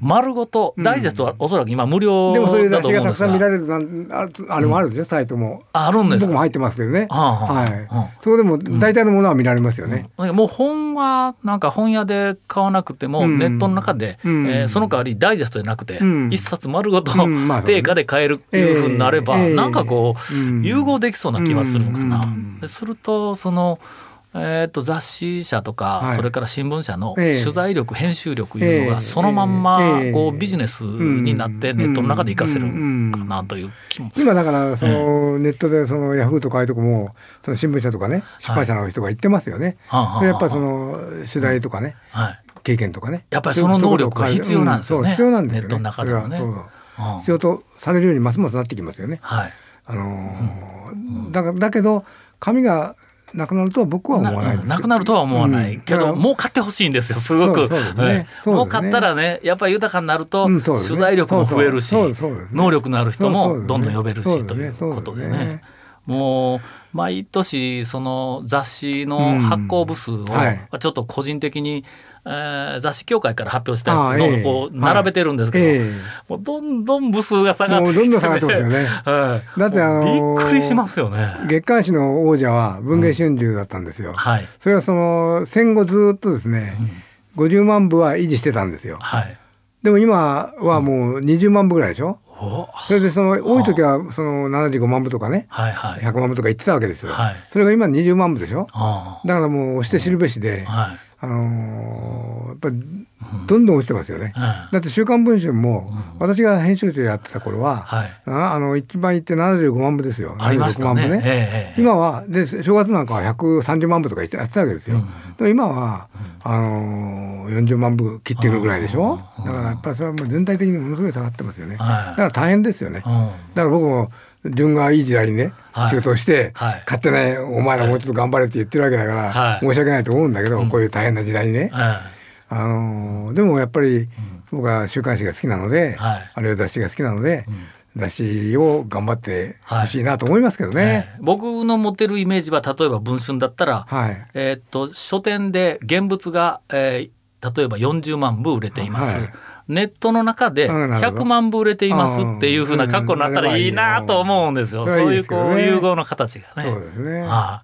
C: 丸ごと
E: うん
C: ダイジェストはおそらく今無料
E: でもそういう
C: だ
E: 雑
C: と
E: 誌
C: 思うんで
E: がたく
C: す
E: さん見
C: が
E: られるなんああれもあるでしょサイトも
C: ああるんです
E: 僕も
C: か
E: 入ってますけどね
C: ああああああ
E: はいそこでも大体のものは見られますよね
C: なんかもう本はなんか本屋で買わなくても
E: うん
C: ネットの中で、
E: うん
C: えーその代わりダイジェストじゃなくて
E: うん
C: 一冊丸ごと
E: うんまあそうね
C: 定価で買えるいうふうになれば
E: ええ
C: なんかこ
E: うん
C: う融合できそうな気がするのかな
E: うん。
C: でするとそのえー、と雑誌社とか
E: はい
C: それから新聞社の
E: え
C: 取
E: え
C: 材力編集力いうの
E: ええ
C: がそのまんま
E: ええ
C: こうビジネスになってネットの中で活かせる
E: うん
C: かなという気も
E: 今だからそのネットでそのヤフーとかああいうとこもその新聞社とかね出版社の人が言ってますよね
C: はあはあはあ
E: それやっぱその取材とかね
C: はい。
E: 経験とかね
C: やっぱりその能力が必要なんですよね
E: うそう必要なんですよ
C: ネ
E: ね
C: ットの中でもね
E: それはそうそう
C: うん
E: 必要とされるようにますますなってきますよね
C: はい。
E: あのーだからだけど紙がなくなるとは僕は思わない
C: なうんなくなるとは思わな
E: う
C: い
E: ん
C: け
E: だか
C: ど、
E: ら
C: もう買ってほしいんですよ、すご
E: そ
C: く。
E: うそうですね
C: はい
E: そうですね
C: もう買ったらね、やっぱり豊かになると、
E: うんそ
C: 取
E: うですね
C: 材力も増えるし、
E: そうそうそうそうですね
C: 能力のある人
E: そうそうです
C: も
E: ね
C: どんどん呼べる
E: そう
C: し、
E: です
C: と
E: ね
C: いうことで
E: そうですね
C: ね。もう毎年その雑誌の発行部数を
E: んはい
C: ちょっと個人的に、えー雑誌協会から発表したやつ
E: あ
C: どん
E: え
C: ど
E: え
C: んこう並べてるんですけど、
E: ええ
C: もうどんどん部数が下がって
E: もう
C: き
E: ど
C: て、
E: んどん下がってますよね
C: はい
E: だってあのー
C: びっくりしますよね。
E: 月刊誌の王者は文藝春秋だったんですよ、
C: はい
E: それはその戦後ずっとですね、50万部は維持してたんですよ
C: はい。
E: でも今はもう20万部ぐらいでしょ
C: お
E: それでその多い時はその75万部とかね
C: はいはい。
E: 100万部とか言ってたわけですよ、
C: はい
E: それが今20万部でしょ
C: あ
E: だからもう押して知るべしで、
C: あはい。
E: あのーやっぱりどんどん落ちてますよね。
C: は
E: だって「週刊文春」も私が編集長やってた頃は、
C: はい
E: ああの一番いって75万部ですよ
C: ありまし
E: 76
C: た
E: 万部
C: ね。
E: ね。
C: ええええ
E: 今はで正月なんかは130万部とか言ってやってたわけですよ。でも今は、あのー40万部切ってるぐらいでしょだからやっぱりそれはもう全体的にものすごい下がってますよね。だ
C: はい
E: から大変ですよね。
C: うん
E: だから僕も順がいい時代にね、
C: はい
E: 仕事をして、
C: はい
E: 勝手ねお前らもうちょっと頑張れって言ってるわけだから、
C: はい
E: 申し訳ないと思うんだけど、こういう大変な時代にね、
C: え
E: あのーでもやっぱり僕は週刊誌が好きなので、
C: はい
E: あるいは雑誌が好きなので、雑誌を頑張ってほしいなと思いますけど
C: え
E: ね。
C: ええ僕の持ってるイメージは例えば文春だったら、
E: はい、
C: えーっと書店で現物が、えー例えば40万部売れています。
E: はい
C: ネットの中で
E: うんなるほど
C: 100万部売れていますっていうふうな格好になったらいいなと思うんですよ。
E: うん
C: そういうこ
E: それは
C: う
E: いいですよね
C: 融合の形がね。
E: そうですね。
C: ああ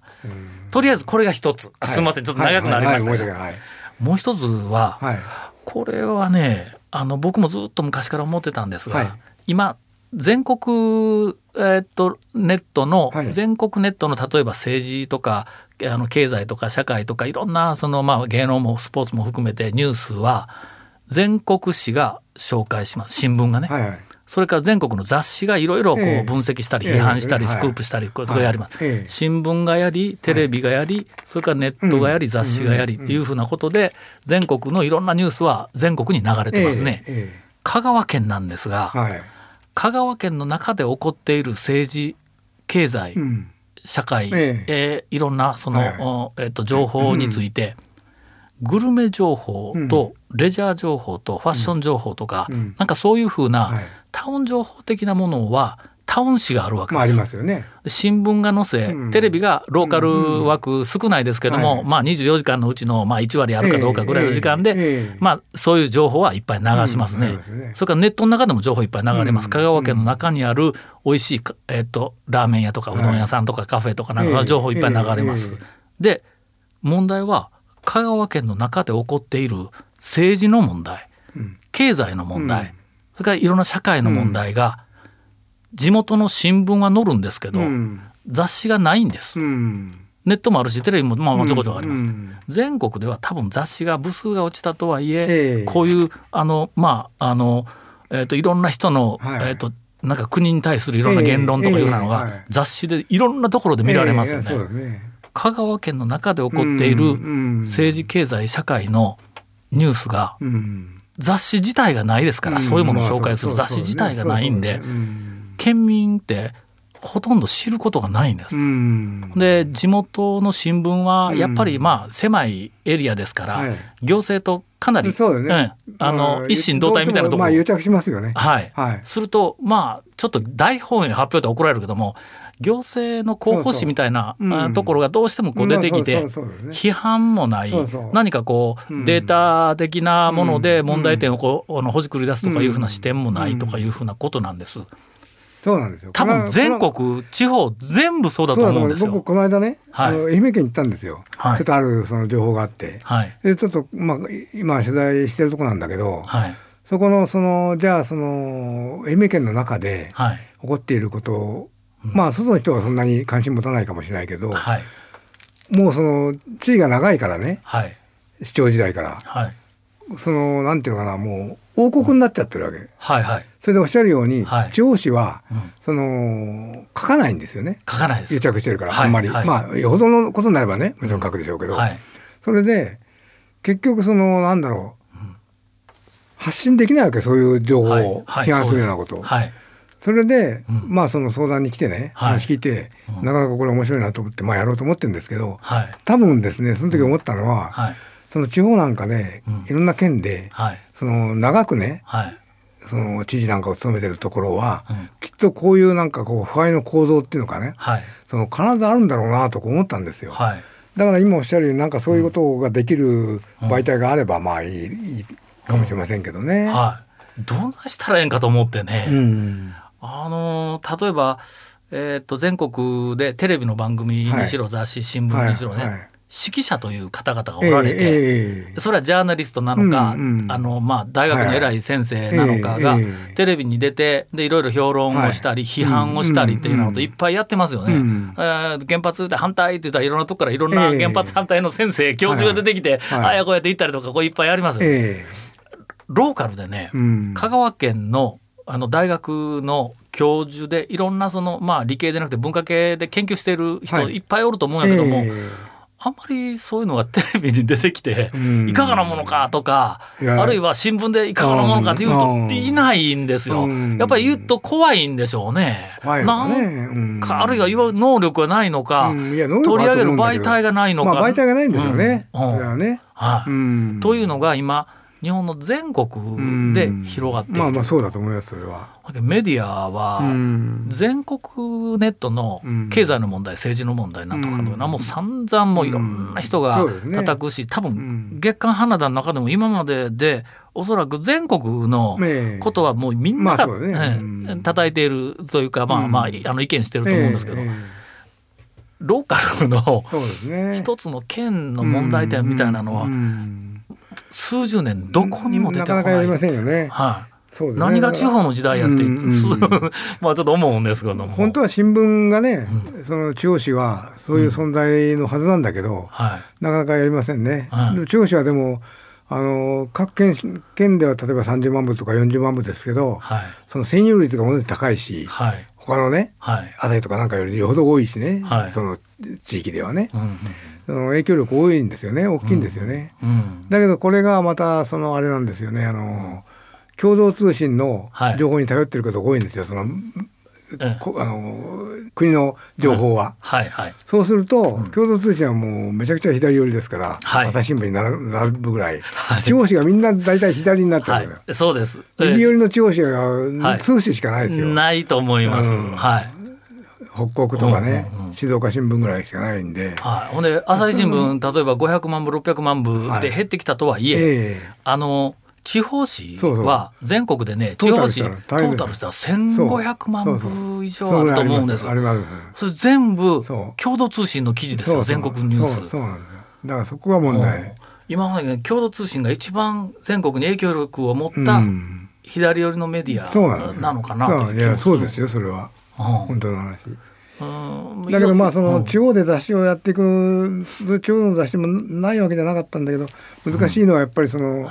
C: とりあえずこれが一つ。あすみません、ちょっと長くなりました
E: はい
C: が
E: はいはい申し
C: もう一つは、
E: 訳ないはい
C: これはねあの僕もずっと昔から思ってたんですが、
E: はい
C: 今全国、えーっとネットの、
E: はい
C: 全国ネットの例えば政治とかあの経済とか社会とかいろんなその、まあ、芸能もスポーツも含めてニュースは全国紙が紹介します新聞がね、
E: はいはいはい
C: それから全国の雑誌がいろいろこう
E: ええ
C: 分析したり
E: ええ
C: 批判したり
E: はい
C: スクープしたりこういうことをやります、
E: はいええ
C: 新聞がやりテレビがやり、それからネットがやり、雑誌がやりっていうふうなことで全国のいろんなニュースは全国に流れてますね、
E: えええ
C: 香川県なんですが、
E: えはい。
C: 香川県の中で起こっている政治経済、
E: うん。
C: 社会、
E: え
C: え
E: え
C: ーいろんなその、
E: はいはい
C: おえっと情報について、グルメ情報とレジャー情報とファッション情報とか、
E: うん
C: なんかそういうふうな、
E: はい
C: タウン情報的なものはタウン誌があるわけ
E: まああ
C: で
E: り
C: す。
E: ますよね。
C: 新聞が載せ、
E: うん
C: テレビがローカル枠少ないですけども、
E: はい
C: まあ24時間のうちのまあ1割あるかどうかぐらいの時間で、
E: ええええ
C: まあそういう情報はいっぱい流しますね。
E: うん流しますね
C: それからネットの中でも情報いっぱい流れます。
E: うん
C: 香川県の中にある美味しいか、えっとラーメン屋とかうどん屋さんとかカフェとかなん
E: ええ
C: か情報いっぱい流れます。
E: えええ
C: で問題は香川県の中で起こっている政治の問題、
E: ん
C: 経済の問題、それからいろんな社会の問題が、地元の新聞は載るんですけど、
E: うん。
C: 雑誌がないんです、
E: うん。
C: ネットもあるしテレビもまあまあちょこちょこあります、
E: うん
C: 全国では多分雑誌が部数が落ちたとはいえ、
E: ええ
C: こういうあのまああの、えー、といろんな人の、
E: はい
C: えー、となんか国に対するいろんな言論とかいうようなの
E: ええええは
C: が
E: い
C: 雑誌でいろんなところで見られますよね。
E: ええそうですね。
C: 香川県の中で起こっている
E: うん
C: 政治経済社会のニュースが
E: うん。
C: 雑誌自体がないですから、そういうものを紹介する雑誌自体がないんで、
E: うん
C: 県民ってほとんど知ることがないんです
E: う。ん
C: で地元の新聞は
E: うん
C: やっぱりまあ狭いエリアですから、
E: はい
C: 行政とかなり、
E: そうだね
C: うんあの、
E: ま
C: 一心同体みたいなところ、
E: まあ癒着しますよね。
C: はい、
E: はい
C: するとまあちょっと大本営発表で怒られるけども行政の広報誌みたいな
E: そうそうう
C: あ
E: ん
C: ところがどうしてもこう出てきて、
E: まあそうそうそうですね
C: 批判もない
E: そうそう
C: 何かこう、
E: うん
C: データ的なもので
E: うん
C: 問題点をこう、あのほじくり出すとかいうふうな視点もな
E: う
C: い
E: ん
C: とかいうふうなことなんです。
E: そうなんですよ。
C: 多分全国地方全部そうだ
E: そう
C: と
E: だ
C: 思う
E: と思
C: ん
E: う
C: ですよ
E: 僕。この間ね、
C: はい
E: あの愛媛県に行ったんですよ、
C: はい
E: ちょっとあるその情報があって、
C: はい
E: でちょっと、まあ、今取材してるとこなんだけど、
C: はい
E: そこのそのじゃあその愛媛県の中で
C: はい
E: 起こっていることを、まあ外の人はそんなに関心持たないかもしれないけど、
C: はい
E: もうその地位が長いからね
C: はい
E: 市長時代から
C: はい
E: そのなんていうのかなもう王国になっちゃってるわけ、
C: はいはい
E: それでおっしゃるように、
C: はい
E: 地方紙は、
C: うん
E: その書かないんですよね
C: 書かないです。
E: 癒着してるから、
C: はい
E: あんまり、
C: はい
E: まあよほどのことになればねもちろん書くでしょうけど、
C: はい
E: それで結局そのなんだろう、発信できないわけそういう情報
C: はい
E: を
C: はい
E: 批判するようなことを、
C: はい
E: それで、
C: うん
E: まあその相談に来てね、
C: はい
E: 話聞いて、
C: うん
E: なかなかこれ面白いなと思ってまあやろうと思ってるんですけど
C: はい
E: 多分ですねその時思ったのは、
C: はい
E: その地方なんかね、
C: うん
E: いろんな県で、
C: はい
E: その長くね
C: はい
E: その知事なんかを務めてるところは、
C: うん
E: きっとこういうなんかこう腐敗の構造っていうのかね
C: はい
E: その必ずあるんだろうなとこう思ったんですよ。
C: はい
E: だから今おっしゃるようになんかそういうことができる媒体があればまあいい,、いいかもしれませんけどね。
C: はいどうしたらええんかと思ってね。
E: うん
C: あのー例えば、えー、と全国でテレビの番組にしろ、雑誌新聞にしろね、
E: はいはい
C: 指揮者という方々がお
E: ええ
C: られて、
E: ええ
C: それはジャーナリストなのか、
E: うんうん
C: あのまあ、大学の偉い先生なのかが、
E: はいええ
C: テレビに出てでいろいろ評論をしたり、
E: はい
C: 批判をしたりっていうようなこといっぱいやってますよね。
E: うん
C: えー原発で反対って言ったらいろんなとこからいろんな
E: ええ
C: 原発反対の先生、教授が出てきて、
E: はいはい
C: ああやこうやって行ったりとかこういっぱいあります、
E: え
C: ローカルでね、
E: えうん
C: 香川県のあの大学の教授でいろんなその、まあ、理系でなくて文化系で研究している人
E: はい
C: いっぱいおると思うんやけども、
E: え
C: あんまりそういうのがテレビに出てきて、
E: うん
C: いかがなものかとか
E: いや
C: あるいは新聞でいかがなものかっていう
E: う
C: 人
E: ん
C: いないんですよ。
E: うん
C: やっぱり言うと怖いんでしょうね。
E: 怖いのかね
C: なんか
E: うん
C: あるいは言わ能力がないのか、
E: うんいや能力
C: 取り
E: はあ
C: 上げ
E: と
C: る
E: 思うんだけ
C: 媒
E: ど
C: 体がないのか。
E: まあ媒体がないんでしょうね。
C: うんうん
E: それはね。
C: はい
E: うん
C: というのが今日本の全国で広がっている
E: まあまあそうだと思いますそれは。
C: メディアは
E: うん
C: 全国ネットの
E: うん
C: 経済の問題、政治の問題なんとかというのは
E: うん
C: もう散々もういろんな人が
E: うんそうですね
C: 叩くし、多
E: う
C: 分
E: ん
C: 月刊花田の中でも今まででおそらく全国の
E: ええ
C: ことはもうみんな
E: ま
C: が、
E: あそうだね
C: ええ
E: うん
C: 叩いているというかまあまああ
E: うん
C: の意見してると思うんですけど、
E: ええええ
C: ローカルの
E: そうですね。
C: 一つの県の問題点みたいなのは
E: うん
C: 数十年どこにも出てこない。
E: かなかやりませんよね。
C: はい
E: そうですね
C: 何が地方の時代やって、
E: うん
C: まあちょっと思うんですけども。
E: 本当は新聞がね、その地方紙はそういう存在のはずなんだけど、
C: はい
E: なかなかやりませんね。
C: はい
E: でも地方紙はでもあの各県県では例えば30万部とか40万部ですけど、
C: はい
E: その占有率がものすごい高いし、
C: はい
E: 他のね
C: はい。
E: 朝日とかなんかよりよほど多いしね、
C: はい
E: その地域ではね
C: う、んうん
E: その影響力多いんですよね大きいんですよね。
C: うん
E: だけどこれがまたそのあれなんですよねあの共同通信の
C: はい
E: 情報に頼ってることが多いんですよ、その
C: ええ
E: こあの国の情報は。
C: はいはい
E: そうすると、共同通信はもうめちゃくちゃ左寄りですから、
C: はい
E: 朝日新聞に並並ぶぐらい、
C: はい
E: 地方紙がみんな大体左になっちゃ
C: は
E: うんだよ。
C: い。そうです。
E: 右寄
C: え
E: りの地方紙は、
C: はい
E: 通紙しかないですよ。
C: ないと思います。
E: うん
C: はい
E: 北国とかね、
C: うんうんうん
E: 静岡新聞ぐらいしかないんで。
C: はい。ほんで朝日新聞例えば500万部600万部
E: は
C: で
E: い
C: 減ってきたとはいえ、
E: え
C: あの。地方紙
E: そうそう
C: は全国でね
E: トータル
C: 地
E: した
C: 方
E: ら
C: 紙ト
E: 大変
C: ー
E: です
C: タルしたら1500万
E: そうそ
C: 部以
E: え
C: 上あると思うんですよ
E: それぐらいありますあります
C: それ全部
E: そう
C: 共同通信の記事ですよ全国ニュース
E: そうそうなんですよだからそこが問
C: うん
E: 題。
C: 今までね共同通信が一番全国に影響力を持っ
E: う
C: た
E: ん
C: 左寄りのメデ
E: そうなんで
C: ィア
E: す
C: なのかなという
E: い
C: 気
E: や
C: もす
E: そう
C: る
E: ですよそれは本当の話。
C: うんうん
E: だけどまあそ
C: うん
E: の地方で雑誌をやっていく地方の雑誌もないわけじゃなかったんだけど難しいのはやっぱりその、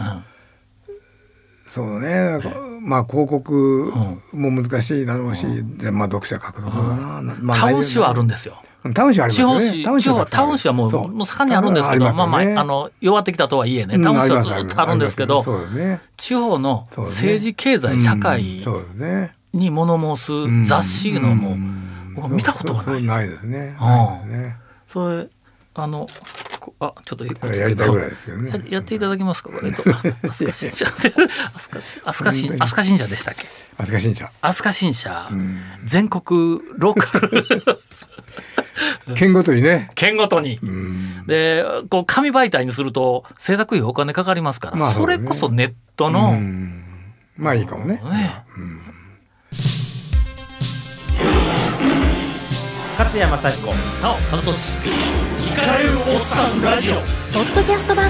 E: そうねなんかまあ広告も難しいだろうし、でまあ読者獲得だな、まあ
C: タウン市はあるん
E: だ
C: ですよ
E: タウン誌あります
C: 地
E: よ
C: 方
E: ね
C: 市地方はタウン市はもう
E: そう
C: もう盛んにあるんですけど
E: タウン
C: まあまあ
E: りすよね
C: あの弱ってきたとはいえねタウン市はずっとあるんですけど
E: そうだね
C: 地方の
E: そうね
C: 政治経済社会
E: そうだね
C: に物申す雑誌のもう僕は見たことが
E: そ
C: な
E: うそ
C: いう
E: ないですね。
C: ああ
E: ないですね
C: それあのこあちょっといくつ
E: だ
C: か
E: か
C: ら
E: やりたいぐらいですけどね。
C: ややっていただけますか これえっとあ飛鳥神社飛鳥神飛鳥神飛鳥神社でしたっけ
E: 恥ずかしいんじゃ。
C: 飛鳥神社、
E: うん
C: 全国ローカル
E: 県ごとにね。
C: 県ごとに、
E: うん。
C: でこう紙媒体にすると制作費お金かかりますから、
E: まあ
C: そ
E: そうだ
C: れ
E: ね
C: こそネット
E: う
C: の、
E: んまあいいかもね。
C: ね
B: 勝谷正彦
C: なお田中俊イカれるおっさんラジオ
D: ポッドキャスト版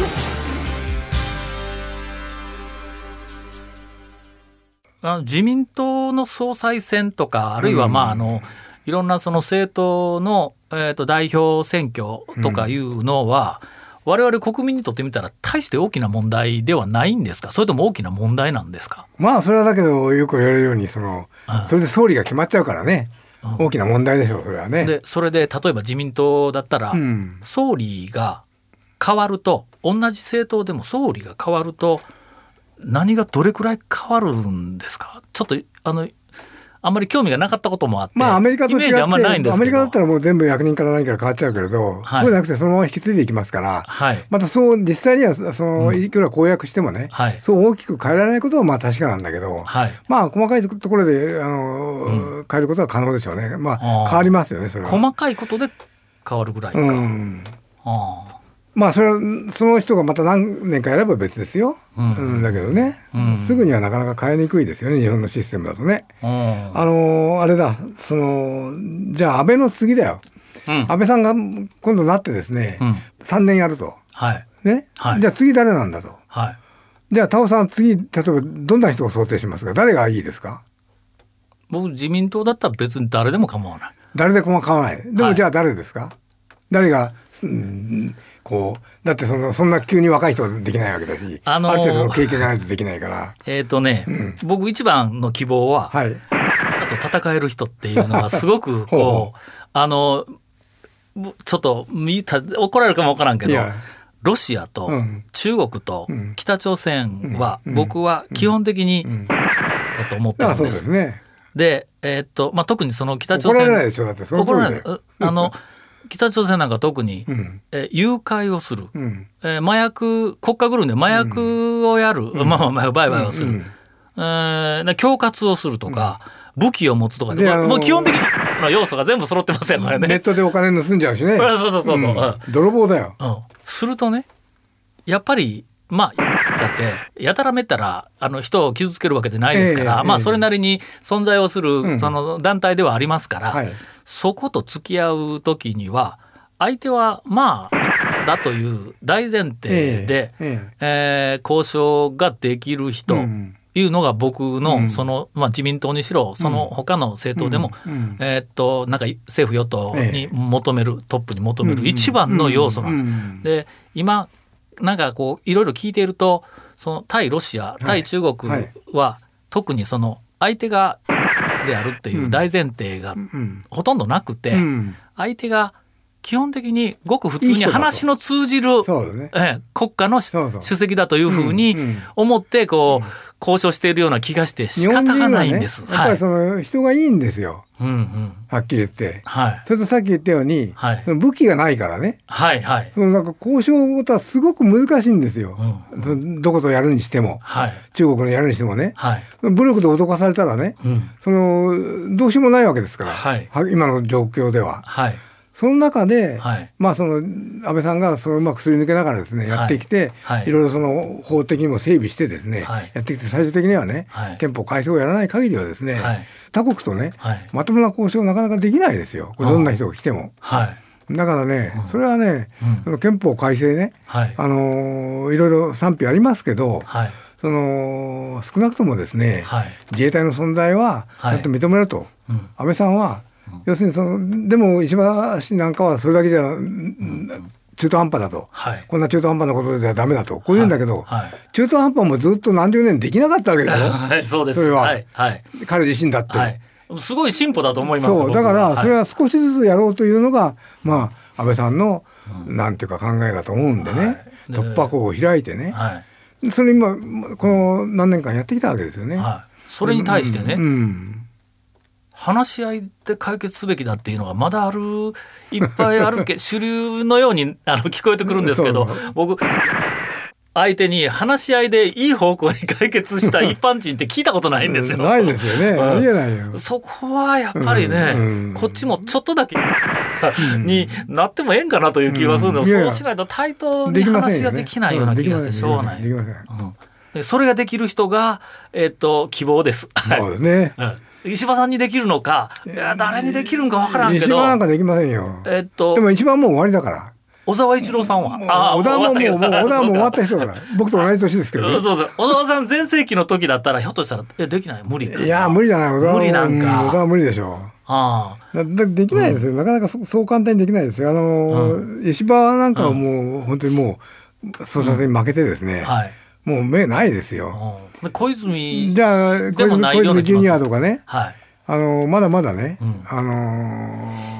C: あの自民党の総裁選とかあるいは
E: うん
C: まああの、いろんなその政党の、えー、と代表選挙とかいうのは、我々国民にとってみたら大して大きな問題ではないんですかそれとも大きな問題なんですか
E: まあそれはだけどよく言われるようにその
C: うん
E: それで総理が決まっちゃうからね
C: うん。
E: 大きな問題でしょうそれはね。
C: でそれで例えば自民党だったら、
E: うん。
C: 総理が変わると同じ政党でも総理が変わると何がどれくらい変わるんですかちょっとあのあんまり興味がなかったこともあって、
E: まあアメリカ
C: イ
E: と違
C: メ
E: っ
C: ー
E: て
C: ジあ
E: ア
C: んまりないんですけど
E: メリカだったらもう全部役人から何から変わっちゃうけれど、
C: はい
E: そうじゃなくてそのまま引き継いでいきますから。
C: はい
E: またそう実際にはそのいくら公約してもね、
C: はい
E: そう大きく変えられないことはまあ確かなんだけど、
C: はい
E: まあ細かいところであの、変えることは可能でしょうね。まあ
C: あー
E: 変わりますよねそれは。
C: 細かいことで変わるぐらいか、
E: うん。
C: あ
E: まあそれはその人がまた何年かやれば別ですよ。
C: うん
E: うんだけどね、
C: うん
E: すぐにはなかなか変えにくいですよね日本のシステムだとね。
C: あうん
E: あのーあれだそのじゃあ安倍の次だよ。
C: うん
E: 安倍さんが今度なってですね、
C: うん
E: 3年やると。
C: はい
E: ね、
C: はい
E: じゃあ次誰なんだと。
C: はい
E: じゃあ、田尾さん、次、例えば、どんな人を想定しますか誰がいいですか
C: 僕自民党だったら別に誰でも構わない
E: 誰でも買わない。で
C: は
E: も、
C: い
E: じゃあ誰ですか、誰が、うんこう、だってその、そんな急に若い人はできないわけだし、
C: あのー
E: る程度の経験がないとできないから。
C: えっ、とね、僕一番の希望は、
E: はい。
C: あと戦える人っていうのはすごく
E: ほうほ
C: こうあのぶちょっと見た怒られるかもわからんけ
E: い
C: ど
E: や
C: ロシアと
E: うん
C: 中国と
E: ん
C: 北朝鮮は
E: うん
C: 僕は基本的に
E: ん
C: だと思って
E: だか
C: るん
E: らそう
C: で
E: です
C: す。
E: ね。
C: で、えーっとまあ、特にその北朝
E: 怒
C: 鮮
E: られないでしょだって、その
C: 怒
E: 通
C: ら
E: り
C: れ
E: で
C: ない。あの北朝鮮なんか特に、
E: うん。
C: えー誘拐をする、
E: うん。
C: えー麻薬国家ぐるみで麻薬をやる、 まあまあまあ売買をする、
E: うん
C: えーな恐喝をするとか、武器を持つとかって
E: で
C: これ
E: あのー
C: もう基本的な要素が全部揃ってますよこれね。
E: ネットでお金盗んじゃうしね。
C: そうそうそうそううん
E: ん泥棒だよ。
C: うん、するとねやっぱりまあだってやたらめったらあの人を傷つけるわけでないですから、
E: ええ
C: まあ
E: ええ
C: それなりに存在をする、
E: ん
C: その団体ではありますから、
E: はい
C: そこと付き合う時には相手はまあだという大前提で、え
E: ええ
C: ー交渉ができる人、
E: うん
C: いうのが僕の、
E: うん
C: その、まあ、自民党にしろその他の政党でも、
E: うんうん
C: えーっとなんか政府与党
E: え
C: に求める、トップに求め
E: う
C: る
E: ん
C: 一番の要素なんです。
E: うん
C: で今なんかこういろいろ聞いているとその対ロシア対中国は、
E: はい
C: 特にその相手がであるっていう大前提が
E: うん
C: ほとんどなくて、
E: うん
C: 相手が基本的にごく普通
E: いい
C: に
E: 人だと
C: 話の通じる
E: そうだね。
C: ええ国家のし
E: そうそう
C: 主席だというふうに
E: うんうん
C: 思ってこう交渉しているような気がして仕方がないんです。
E: 日本人はね、や
C: はい
E: っぱりその人がいいんですよ。
C: うんうん
E: はっきり言って。
C: はい
E: それとさっき言ったように、
C: はい
E: その武器がないからね。
C: はいはい
E: そのなんか交渉事はすごく難しいんですよ。
C: う
E: そのどことやるにしても、
C: はい
E: 中国のやるにしてもね。
C: はい
E: 武力で脅かされたらね、
C: うん
E: そのどうしようもないわけですから、
C: はい
E: は今の状況では。
C: はい
E: その中で、
C: はい
E: まあその安倍さんがそのうまくすり抜けながらです
C: は
E: ね、
C: い
E: やってきて、
C: はい
E: いろいろその法的にも整備してですね、
C: はい
E: やってきて最終的にはね、
C: はい
E: 憲法改正をやらない限りはですね、
C: はい
E: 他国とね、
C: はい
E: まともな交渉なかなかできないですよ。これどんな人が来ても。
C: はい
E: だからね、それはね、
C: うん
E: その憲法改正ね、
C: はい
E: あのーいろいろ賛否ありますけど、
C: はい
E: その少なくともですね、
C: はい
E: 自衛隊の存在はち
C: はい
E: ゃんと認めろと、
C: うん
E: 安倍さんは、要するにそのでも石破氏なんかはそれだけじゃ、うん中途半端だと、
C: はい
E: こんな中途半端なことではダメだとこう言うんだけど、
C: はい
E: 中途半端もずっと何十年できなかったわけでしょ
C: はい そうです
E: それは
C: はいはい
E: 彼自身だって。
C: はいすごい進歩だと思います
E: そうだからそれ
C: は
E: は少しずつやろうというのが、まあ安倍さんの、なんていうか考えだと思うんでね、
C: いで
E: 突破口を開いてね、
C: はい
E: それ今この何年間やってきたわけですよね。
C: はいそれに対してね
E: うん
C: 話し合いで解決すべきだっていうのがまだあるいっぱいある け主流のようにあの聞こえてくるんですけど
E: そう
C: 僕相手に話し合いでいい方向に解決した一般人って聞いたことないんですよ。
E: ないですよね。
C: ん
E: ありえないよ。
C: そこはやっぱりね、
E: うん
C: こっちもちょっとだけになってもええんかなという気がするの、
E: うんいやい
C: そ
E: や
C: うしないと対等に
E: できませ
C: 話
E: んよ
C: が
E: ね。
C: できないような気がしてしょうがない。
E: できませ
C: う
E: ん。
C: んでそれができる人が、えっと希望です。はい
E: そうですね。
C: うん石破さんにできるのか、いや誰にできるんかわからんけ
E: 一
C: ど、
E: 番なんかできませんよ。
C: えっと
E: でも一番もう終わりだから。
C: 小沢一郎さんは、
E: もう
C: ああ
E: 小田ももうもう
C: 終
E: 小田
C: わ
E: はもう終わ
C: っ
E: ったた人だから。僕と同じ年ですけ
C: け
E: ど
C: ど
E: ね。
C: そうそうそう小沢さん全盛期の時だったらひょっとしたらえできない無理か。
E: いやー無理じゃない小田は
C: 無理なんか
E: う小田は無理でしょ
C: ああ
E: うだだできないですよ、なかなかそそう簡単にできないですよあのー、石破なんかはもう、本当にもう総裁選に負けてですね、
C: はい。
E: もう目ないですよ、
C: うんで小泉
E: じゃあ小
C: でも
E: 泉
C: ない
E: 小
C: ような
E: 泉
C: 気
E: ジュ
C: がす
E: ニ
C: る
E: アとかね
C: はい。
E: あのーまだまだね、
C: うん
E: あのー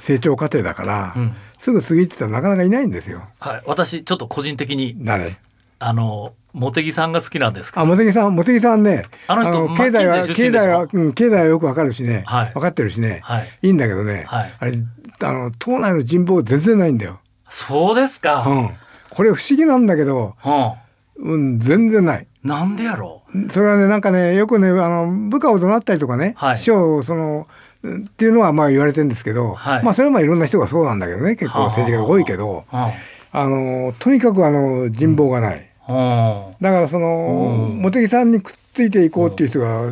E: 成長過程だから、
C: うん
E: すぐ次って言ったらなかなかいないんですよ
C: はい、私ちょっと個人的に
E: 誰
C: あの茂木さんが好きなんですけ
E: あ
C: ど
E: 茂木さん茂木さんね
C: あの人マッキ
E: 経
C: ンゼ
E: 済
C: ー
E: は
C: 出身
E: 経
C: でしょ
E: 済は、うん、経済はよくわかるしね、
C: はい
E: 分かってるしね、
C: はい
E: いいんだけどね、
C: はい
E: あれあの党内の人望全然ないんだよ、
C: そうです
E: う
C: か、
E: ん、これ不思議なんだけど、
C: うん
E: うん、全然ない
C: なんでやろう
E: それはねなんかねよくねあの部下を怒鳴ったりとかね、
C: はい
E: 師匠をそのうんっていうのはまあ言われてるんですけど、
C: はい
E: まあそれはまあいろんな人がそうなんだけどね結構
C: はあ
E: 政治家が多いけど、
C: うん
E: あのとにかくあの人望がない、
C: うん
E: だからその、茂木さんにくっついていこうっていう人が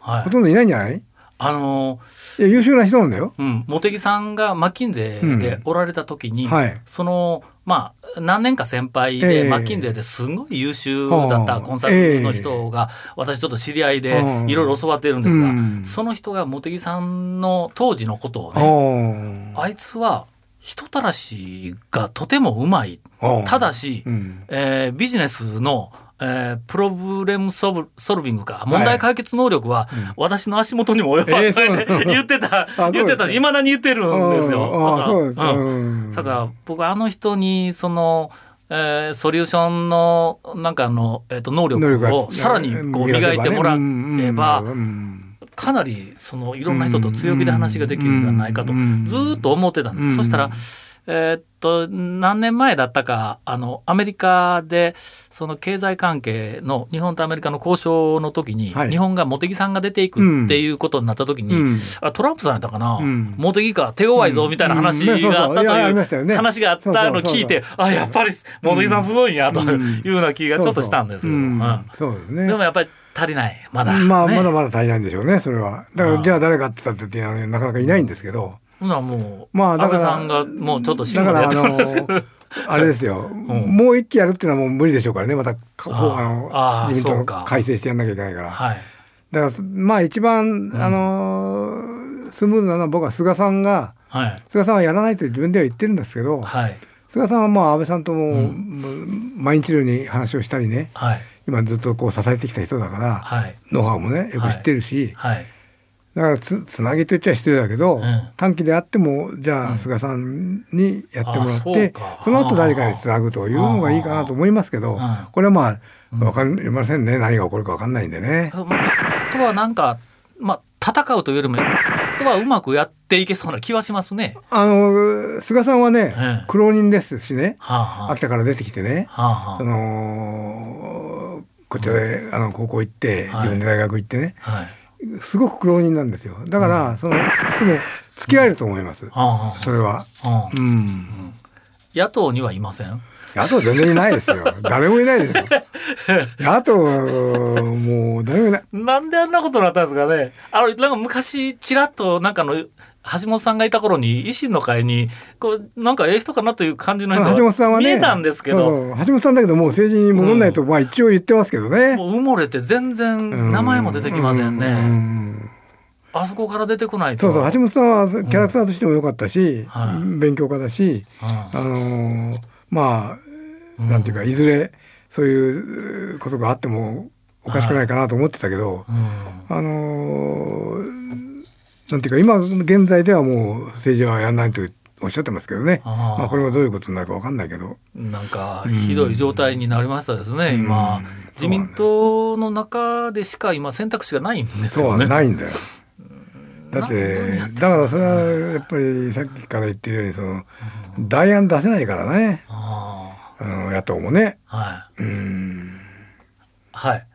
C: は
E: ほ
C: い、
E: とんどいないんじゃない
C: あの
E: いや優秀な人なんだよ。
C: うん、茂木さんがマッキンゼーでおられた時に、
E: うんはい
C: そのまあ何年か先輩で、
E: ええ
C: マッキンゼーですごい優秀だったコンサルティングの人が、私ちょっと知り合いで
E: うん
C: いろいろ教わってるんですが、
E: うん
C: その人が茂木さんの当時のことを
E: あ
C: ね
E: ー
C: あいつは人たらしがとてもうまい
E: あー
C: ただし、
E: うん
C: えービジネスの、えープロブレムソブソルビングか問題解決能力は私の足元にも及ばない
E: えーそ
C: っ
E: う
C: て 言ってた、
E: そう
C: 言ってたいまだに言ってるんですよ。
E: ああそう
C: だ
E: です
C: からうん
E: うん
C: だから僕あの人にそのえーソリューションのなんかあの、えー、と能
E: 能力
C: 力
E: が
C: をさらにこう磨いてもらえばかなりそのいろんな人と強気で話ができるんではないかと
E: うんうん
C: ずーっと思ってたんで
E: うん
C: す。そしたらえーっと何年前だったかあのアメリカでその経済関係の日本とアメリカの交渉の時に、
E: はい
C: 日本が茂木さんが出ていくっていうことになった時に、
E: うん
C: あトランプさんやったかな、
E: うん
C: 茂木か手強いぞみたいな話
E: うんうんね
C: があった
E: そうそういやありま
C: と
E: した
C: い
E: よ
C: う
E: ね
C: 話があったのを聞いて
E: そ
C: あやっぱり茂木さんすごいんやと
E: うん
C: いうような気がちょっとしたんですよ。
E: う
C: うんん
E: そうですね
C: でもやっぱり足りないまだ、
E: まあ
C: ね
E: まだまだ足りないんでしょうねそれはだからじゃあ誰かって言ったってなかなかいないんですけど
C: ほなもう、
E: まあだから
C: 安倍さんがもうちょっと死
E: だ
C: ぬま
E: か
C: でや
E: ら
C: っ
E: あ
C: てもらって
E: のあれですよもう一期やるっていうのはもう無理でしょうからねまたこうあ
C: あ
E: の
C: ー
E: 自民
C: そ
E: 党
C: うか
E: 改正してやんなきゃいけないから
C: はい
E: だからまあ一番、あのースムーズなのは僕は菅さんが
C: はい
E: 菅さんはやらないと自分では言ってるんですけど、
C: はい
E: 菅さんはまあ安倍さんとも,、毎日のように話をしたりね
C: はい
E: 今ずっとこう支えてきた人だから、
C: はい
E: ノウハウもねよく知ってるし、
C: はい
E: だからつつなぎと言っちゃ失礼だけど、
C: ん
E: 短期であってもじゃあ菅さんにやってもらっ
C: あそう
E: て、
C: か
E: その後誰かにつなぐというのがいいかなと思いますけど、
C: ん
E: これはまあ分かりませんね何が起こるか分かんないんでね。
C: まああとはなんか、まあ、戦うというよりも、あとはうまくやっていけそうな気はしますね。
E: あの菅さんはね、
C: ええ
E: 苦労人ですしね
C: はあ、は
E: 秋田から出てきてね、
C: あ、はあ
E: そ
C: は
E: のこちらであの高校行って
C: はい
E: 自分で大学行ってね、
C: あ、はい。
E: すごく苦労人なんですよだから、そのでも付き合えると思います、
C: はあは
E: それは。
C: あはあ
E: う、ん、
C: 野党にはいません。
E: 野党全然いないですよ誰もいないですよ 野党もう誰もいない
C: なんであんなことになったんですかね。あの、なんか昔、ちらっと、なんかあの、橋本さんがいた頃に、維新の会に、こう、なんかええ人かなという感じの
E: あ
C: 人
E: の橋本さんは
C: が
E: ね
C: 見えたんですけ
E: そう
C: ど、
E: そう橋本さんだけどもう政治に戻んないと、まあ一応言ってますけどね
C: もう埋もれて全然名前も出てきません
E: う
C: ね。
E: ん
C: あそこから出てこないと。
E: そうそう橋本さんはキャラクターとしても良かったし、
C: はい
E: 勉強家だし、
C: う
E: あのーまあなんていうかいずれそういうことがあってもおかしくないかなと思ってたけど、
C: ん
E: あのーなんていうか今現在ではもう政治はやらないとおっしゃってますけどね
C: あー
E: まあ、これがどういうことになるかわかんないけど
C: うんなんかひどい状態になりましたですね、今
E: うん
C: 自民党の中でしか今選択肢がないんです
E: そう
C: よ
E: は
C: ね
E: ないんだよ。だってだからそれはやっぱりさっきから言ってるようにその代案出せないからね
C: あ
E: あの野党もね。
C: あはい
E: うん
C: はい。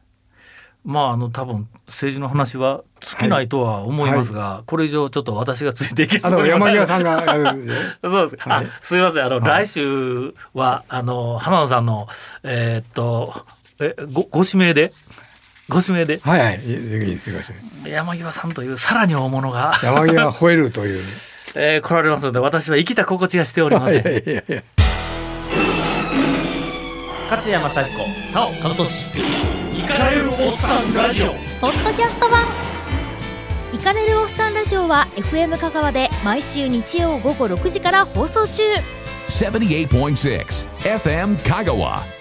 C: まあ、あの、多分政治の話は尽きないとは思いますが、これ以上ちょっと私がついていけ
E: あ
C: そう
E: と
C: にはな
E: 山
C: い
E: 際さんがや るんで
C: そうです。
E: はい
C: あ、すいません。あの、
E: はい
C: 来週は、あの、浜野さんの、えーっと、え、ご、ご指名で、ご指名で、
E: はいはいいいですいいです
C: 山際さんというさらに大物が、
E: 山際が吠えるという。
C: えー来られますので、私は生きた心地がしておりま
E: い
C: せ
E: や
C: ん。
E: いやいや。
B: 勝谷正彦
C: なお、かとし、聞かれるおっさんラジオ。
D: ポッドキャスト版イカれるおっさんラジオは FM 香川で毎週日曜午後6時から放送中
A: 78.6 FM Kagawa.